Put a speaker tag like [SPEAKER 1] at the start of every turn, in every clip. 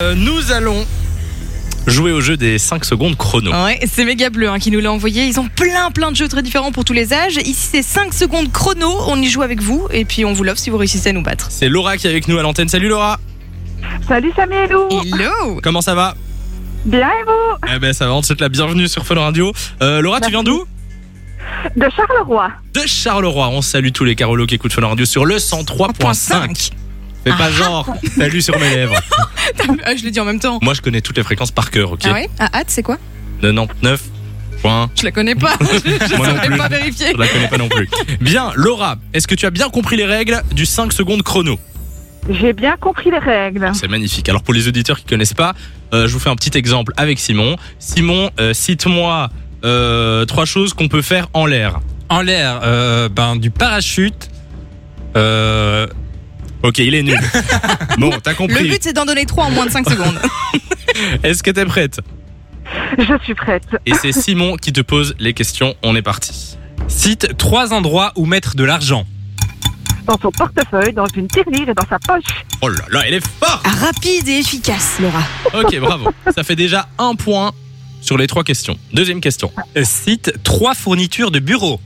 [SPEAKER 1] Euh, nous allons jouer au jeu des 5 secondes chrono.
[SPEAKER 2] Ouais, c'est Méga Bleu hein, qui nous l'a envoyé. Ils ont plein plein de jeux très différents pour tous les âges. Ici c'est 5 secondes chrono, on y joue avec vous et puis on vous l'offre si vous réussissez à nous battre.
[SPEAKER 1] C'est Laura qui est avec nous à l'antenne. Salut Laura,
[SPEAKER 3] Salut Samy et Lou
[SPEAKER 2] Hello
[SPEAKER 1] comment ça va
[SPEAKER 3] Bien et vous
[SPEAKER 1] Eh ben ça va, on te souhaite la bienvenue sur Fun Radio. Euh, Laura, tu
[SPEAKER 3] Merci.
[SPEAKER 1] viens d'où
[SPEAKER 3] De Charleroi.
[SPEAKER 1] De Charleroi. On salue tous les carolos qui écoutent Fun Radio sur le 103.5. Fais pas genre, salut sur mes lèvres.
[SPEAKER 2] Ah, je l'ai dit en même temps.
[SPEAKER 1] Moi je connais toutes les fréquences par cœur, ok
[SPEAKER 2] Ah ouais Ah hâte c'est quoi
[SPEAKER 1] 99. Point.
[SPEAKER 2] Je la connais pas, je
[SPEAKER 1] Moi non
[SPEAKER 2] saurais
[SPEAKER 1] plus.
[SPEAKER 2] pas vérifier.
[SPEAKER 1] Je la connais pas non plus. Bien, Laura, est-ce que tu as bien compris les règles du 5 secondes chrono
[SPEAKER 3] J'ai bien compris les
[SPEAKER 4] Ah.
[SPEAKER 3] règles.
[SPEAKER 1] C'est magnifique. Alors pour les auditeurs qui connaissent pas, euh, je vous fais un petit exemple avec Simon. Simon, euh, cite-moi euh, trois choses qu'on peut faire en l'air.
[SPEAKER 4] En l'air, euh, ben, du parachute. Euh,
[SPEAKER 1] Ok, il est nul. bon, t'as
[SPEAKER 2] Le
[SPEAKER 1] compris.
[SPEAKER 2] but c'est d'en donner 3 en moins de 5 secondes.
[SPEAKER 1] Est-ce que t'es prête
[SPEAKER 3] Je suis prête.
[SPEAKER 1] Et c'est Simon qui te pose les questions. On est parti.
[SPEAKER 4] cite trois endroits où mettre de l'argent.
[SPEAKER 3] Dans son portefeuille, dans une tirelire et dans sa poche.
[SPEAKER 1] Oh là là, elle est forte
[SPEAKER 2] Rapide et efficace Laura.
[SPEAKER 1] Ok, bravo. Ça fait déjà un point sur les trois questions. Deuxième question.
[SPEAKER 4] Euh, Cite trois fournitures de bureau.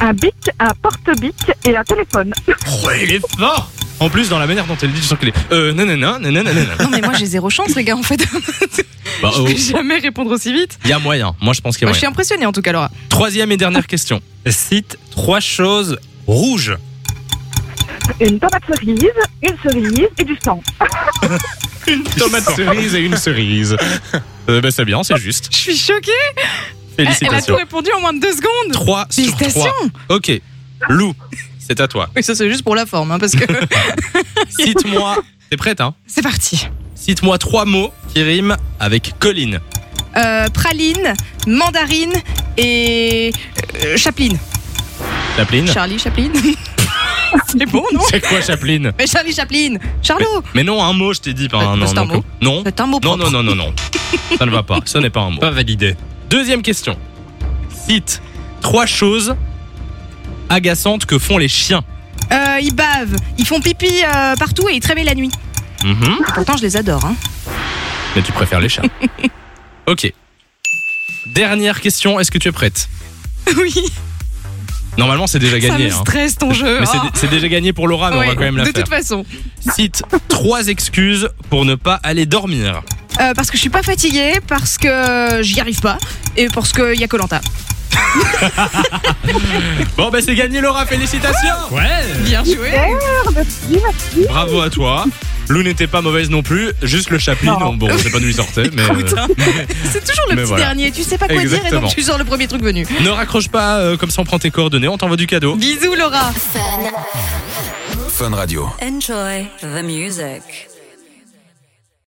[SPEAKER 3] Un bic, un porte-bic et un téléphone.
[SPEAKER 1] Oh, elle est forte En plus, dans la manière dont elle dit, je sens qu'elle est... Euh, non, non, non, non, non, non, non.
[SPEAKER 2] Non mais moi j'ai zéro chance les gars en fait.
[SPEAKER 1] Bah,
[SPEAKER 2] je
[SPEAKER 1] oh,
[SPEAKER 2] vais jamais répondre aussi vite.
[SPEAKER 1] il y a moyen. Moi, je pense qu'il y
[SPEAKER 2] Moi,
[SPEAKER 1] a
[SPEAKER 2] je suis
[SPEAKER 1] moyen.
[SPEAKER 2] impressionnée en tout cas Laura.
[SPEAKER 1] Troisième et dernière question.
[SPEAKER 4] Cite trois choses rouges.
[SPEAKER 3] Une tomate cerise, une cerise et du sang.
[SPEAKER 1] Une tomate cerise et une cerise. Euh, bah, c'est bien, c'est juste.
[SPEAKER 2] Je suis choquée. Elle, elle a tout
[SPEAKER 1] Félicitations.
[SPEAKER 2] répondu en moins de 2 secondes.
[SPEAKER 1] 3 sur 3.
[SPEAKER 2] eh, Félicitations
[SPEAKER 1] Ok. Lou, c'est à toi.
[SPEAKER 2] Oui ça c'est juste pour la forme hein, parce que...
[SPEAKER 1] Cite-moi. T'es prête, hein
[SPEAKER 2] c'est parti.
[SPEAKER 1] Cite-moi trois mots qui riment avec colline.
[SPEAKER 2] Euh, praline, mandarine et euh, Chaplin.
[SPEAKER 1] Chaplin
[SPEAKER 2] Charlie Chaplin. c'est bon, non
[SPEAKER 1] C'est quoi Chaplin
[SPEAKER 2] Mais Charlie Chaplin, Charlot.
[SPEAKER 1] Mais non, un mot, je t'ai dit. Pas un,
[SPEAKER 2] C'est
[SPEAKER 1] non,
[SPEAKER 2] un
[SPEAKER 1] non,
[SPEAKER 2] mot.
[SPEAKER 1] Non,
[SPEAKER 2] C'est un mot
[SPEAKER 1] non,
[SPEAKER 2] propre.
[SPEAKER 1] non, non, non, non. Ça ne va pas. Ce n'est pas un mot.
[SPEAKER 4] Pas validé.
[SPEAKER 1] Deuxième question. Cite trois choses agaçantes que font les chiens.
[SPEAKER 2] Euh, ils bavent, ils font pipi euh, partout et ils trémaient la nuit.
[SPEAKER 1] Mhm.
[SPEAKER 2] Pourtant, je les adore. Hein.
[SPEAKER 1] Mais tu préfères les chats. ok. Dernière question, est-ce que tu es prête
[SPEAKER 2] Oui,
[SPEAKER 1] Normalement, c'est déjà gagné.
[SPEAKER 2] ça
[SPEAKER 1] hein.
[SPEAKER 2] me stresse ton jeu.
[SPEAKER 1] Mais
[SPEAKER 2] Oh.
[SPEAKER 1] c'est dé- c'est déjà gagné pour Laura, mais on va
[SPEAKER 2] Oui,
[SPEAKER 1] quand même la
[SPEAKER 2] de
[SPEAKER 1] faire.
[SPEAKER 2] toute façon.
[SPEAKER 1] Cite trois excuses pour ne pas aller dormir.
[SPEAKER 2] Euh, parce que je suis pas fatiguée, parce que j'y arrive pas et parce qu'il y a Colanta.
[SPEAKER 1] Bon, bah c'est gagné, Laura, félicitations
[SPEAKER 4] Ouais.
[SPEAKER 2] Bien joué.
[SPEAKER 3] Merci, merci.
[SPEAKER 1] Bravo à toi. Lou n'était pas mauvaise non plus, juste le chaplin.
[SPEAKER 3] Non.
[SPEAKER 1] Bon, je sais pas d'où il sortait, mais. euh,
[SPEAKER 2] C'est toujours le
[SPEAKER 1] Mais
[SPEAKER 2] petit
[SPEAKER 1] voilà.
[SPEAKER 2] dernier. Tu sais pas quoi dire et
[SPEAKER 1] Exactement.
[SPEAKER 2] donc tu sors le premier truc venu.
[SPEAKER 1] ne raccroche pas, euh, comme ça on prend tes coordonnées, on t'envoie du cadeau.
[SPEAKER 2] Bisous, Laura.
[SPEAKER 5] Enjoy the music.